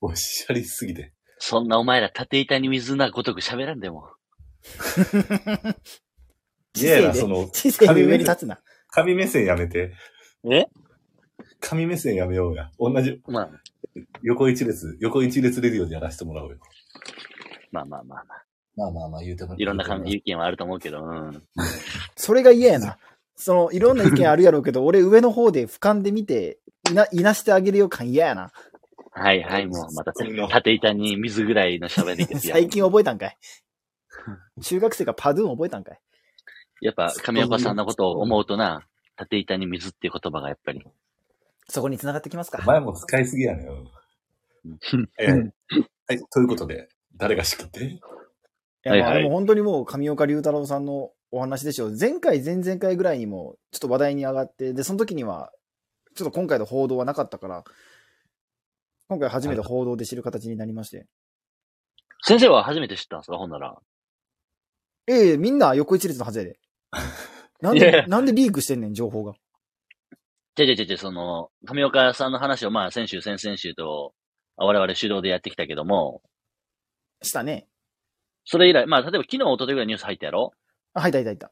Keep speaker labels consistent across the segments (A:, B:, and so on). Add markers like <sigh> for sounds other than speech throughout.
A: おしゃりすぎて。
B: そんなお前ら縦板に水なごとく喋らんでも。
A: いやいや、その、
C: 知性で上に立つな。
A: 神目線やめて。
B: え
A: 神目線やめようや。同じ、
B: まあ、
A: 横一列、横一列レディオでやらせてもらおうよ。
B: まあまあまあまあ。
A: まあまあまあ言うても
B: いろんな感意見はあると思うけど、うん。
C: それが嫌やな。その、いろんな意見あるやろうけど、俺上の方で俯瞰で見て、いな、いなしてあげるよ感嫌やな。
B: はいはい、もうまた
A: ツッコミの
B: 縦板に水ぐらいの喋りですよ。
C: 最近覚えたんかい。中学生がパドゥーン覚えたんかい。
B: やっぱ神岡さんのことを思うとな、縦板に水っていう言葉がやっぱり。
C: そこに繋がってきますか。
A: 前も使いすぎやねん。ええはい、ということで、誰が仕切って
C: いや、まあ
B: はいはい
C: でも本当にもう上岡龍太郎さんのお話でしょう。前回、前々回ぐらいにもちょっと話題に上がって、で、その時には、ちょっと今回の報道はなかったから、今回初めて報道で知る形になりまして。
B: 先生は初めて知ったんですかほんなら。
C: ええみんな横一列のはずや
B: <laughs>
C: で。なん
B: いやい
C: で
B: や、
C: なんでリークしてんねん、情報が。
B: ちゃちゃちゃちゃ、その、上岡さんの話をまあ先週、先々週と、あ我々主導でやってきたけども、
C: したね。
B: それ以来、まあ例えば昨日、一昨日ぐらいニュース入ったやろ
C: あ、はいたいたいた。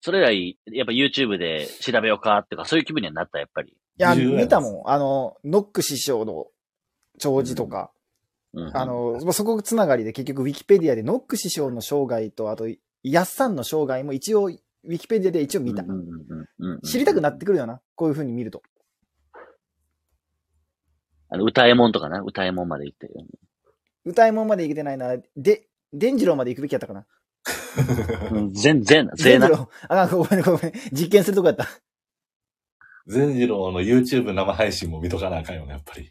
B: それ以来、やっぱ YouTube で調べようかってか、そういう気分にはなった、やっぱり。
C: いや、
A: 重要やな
C: 見たもん。あの、ノック師匠の弔辞とか、
B: うん。
C: あの、まあそこつながりで結局ウィキペディアでノック師匠の生涯と、あと、ヤッサンの生涯も一応、ウィキペディアで一応見た。
B: うんうんうんうんうん
C: 知りたくなってくるよな。こういう風に見ると。
B: あの、歌えもんとかな、歌えもんまで行って。
C: 歌いもんまでいけてないな。で、デンジローまで行くべきやったかな。
B: うん、全然な、
C: デ
B: 全
C: ン
B: な
C: ジロ。ー。あ、ごめんごめん。実験するとこやった。 <laughs>
A: 善次郎の YouTube 生配信も見とかなあかんよね、やっぱり。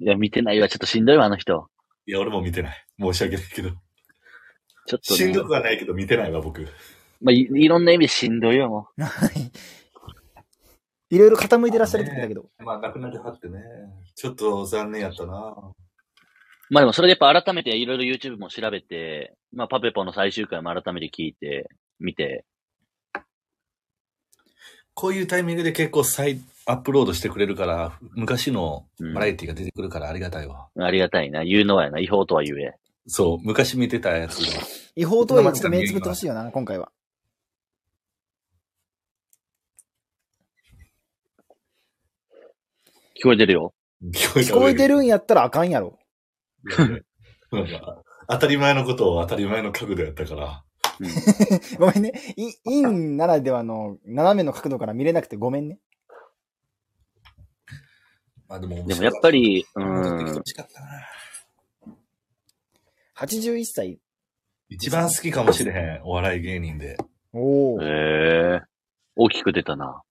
B: いや、見てないわ、ちょっとしんどいわ、あの人。
A: いや、俺も見てない。申し訳ないけど。
B: ちょっと、ね、
A: しんどくはないけど見てないわ、僕。
B: まあい、いろんな意味でしんどいよ、も
C: いろいろ傾いてらっしゃるってことだけど。
A: まあ、亡くなってはってね。ちょっと残念やったな。
B: う。まあでも、それでやっぱ改めていろいろ YouTube も調べて、まあ、パペポの最終回も改めて聞いて、見て、
A: こういうタイミングで結構再アップロードしてくれるから、昔のバラエティが出てくるからありがたいわ。
B: ありがたいな。言うのはやな、違法とは言え。
A: そう、昔見てたやつが。
C: 違法とは言って目つぶってほしいよな、今回は。
B: 聞こえてるよ。
A: 聞
C: 聞こえてるん
A: や。
C: やったらあかんやろ。
A: なんか <laughs> 当たり前のことを当たり前の角度やったから。
B: うん、
C: ごめんね。い、インならではの斜めの角度から見れなくてごめんね。
A: まあでも、
B: でもやっぱ、り、う
A: 戻ってきて
B: ん
A: ほ。しかったな。
C: 81歳。
A: 一番好きかもしれへん、お笑い芸人で。
C: おお。い
B: ええ大きく出たな。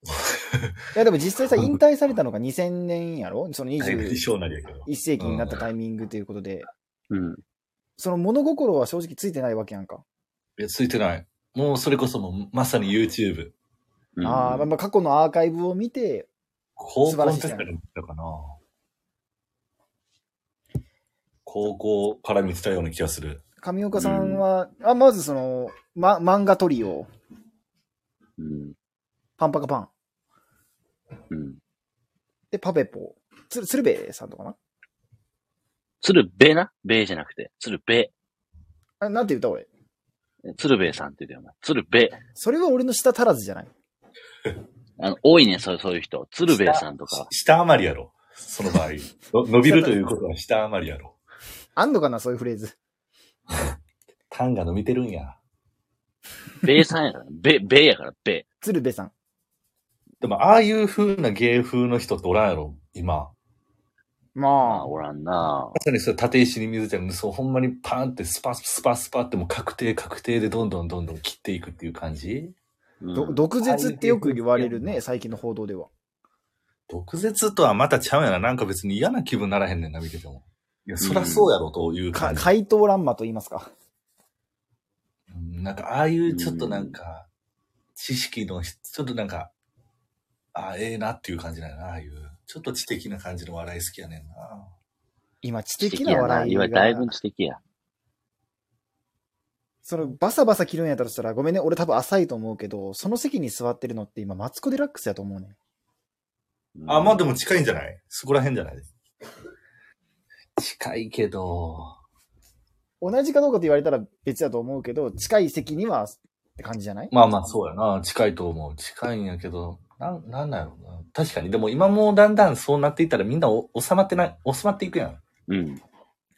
C: や、でも実際さ、引退されたのが2000年やろその
A: 大
C: 21
A: 変小なりやけど。
C: 世紀になったタイミングということで、
B: うん。
C: その物心は正直ついてないわけやんか。
A: え、ついてない。もうそれこそもう、まさに YouTube。
B: うん、
C: あーまあ、まあ、過去のアーカイブを見て、
A: 高
C: 素
A: 校
C: 晴ら
A: の
C: しい
A: 時から見てたかな。高校から見てたような気がする。
C: 上岡さんは、あまずその、ま、漫画トリオ、
B: うん。
C: パンパカパン、
B: うん。
C: で、パペポ、つ鶴瓶さんとかな
B: 鶴瓶なべじゃなくて、鶴瓶。
C: あなんて言った俺。
B: 鶴瓶さんって言うよな。鶴瓶。
C: それは俺の舌足らずじゃない。
B: あの、多いね、そうそういう人。鶴瓶さんとか。
A: し下余りやろ。その
B: <laughs>
A: 場合。の伸びるということは下余りやろ。
C: あんのかな、そういうフレーズ。 <laughs>
A: タンが伸びてるんや。
B: べさんやから。 <laughs> べ、べやから、べ。
C: 鶴瓶さん。
A: でも、ああいう風な芸風の人っておらんやろ、今。
B: まあ、
C: まあ、
B: おらんな
A: まさにそれ縦石に水ちゃんそう、ほんまにパーンってスパスパスパってもう確定確定でどんどんどんどん切っていくっていう感じ
B: うん
C: ど毒舌ってよく言われるね、最近の報道では。
A: 毒舌とはまたちゃうやな。なんか別に嫌な気分ならへんねんな、見てても。いや、そらそうやろという
C: か
A: 感じ。
C: 怪盗乱魔と言いますか。
A: うんなんか、ああいうちょっとなんか、知識のひ、ちょっとなんか、ああ、ええなっていう感じだよな、ああいう。ちょっと知的な感じの笑い好きやねんな。
C: 今、知
B: 知
C: 的
B: 的
C: な
B: やな。
C: 笑い
B: いわ
C: が
B: ゆるだいぶ知的や。
C: そのバサバサ切るんやったとしたら、ごめんね、俺多分浅いと思うけど、その席に座ってるのって今、マツコ・デラックスやと思うね。
A: あ、まあで
B: も。
A: も近いんじゃないそこら辺じゃない近いけど、
C: 同じかどうかと言われたら別だと思うけど、近い席にはって感じじゃない
A: まあまあそうやな。近いと思う。近いんやけど、なん、なんだろうな。確かに。でも今もうだんだんそうなっていったらみんなお収まってない、収まっていくやん。
B: うん。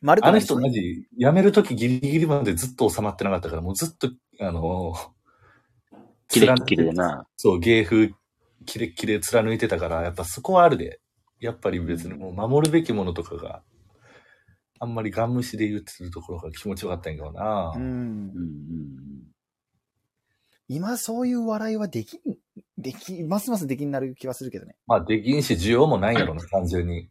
C: 丸く
A: あ
C: な
A: の
C: いし
A: 人マジ、辞めるときギリギリまでずっと収まってなかったから、もうずっと、あのー、
B: キレ
A: 貫
B: ッキレでな。
A: そう、芸風、キレッキレ貫いてたから、やっぱそこはあるで。やっぱり別にもう守るべきものとかが、あんまりガン無視で言ってるところが気持ちよかったんやけどな。
C: うん
B: うんうん
C: 今そういう笑いはできん、でき、ますますできになる気はするけどね。
A: まあ、できんし、需要もないんやろな、単純に。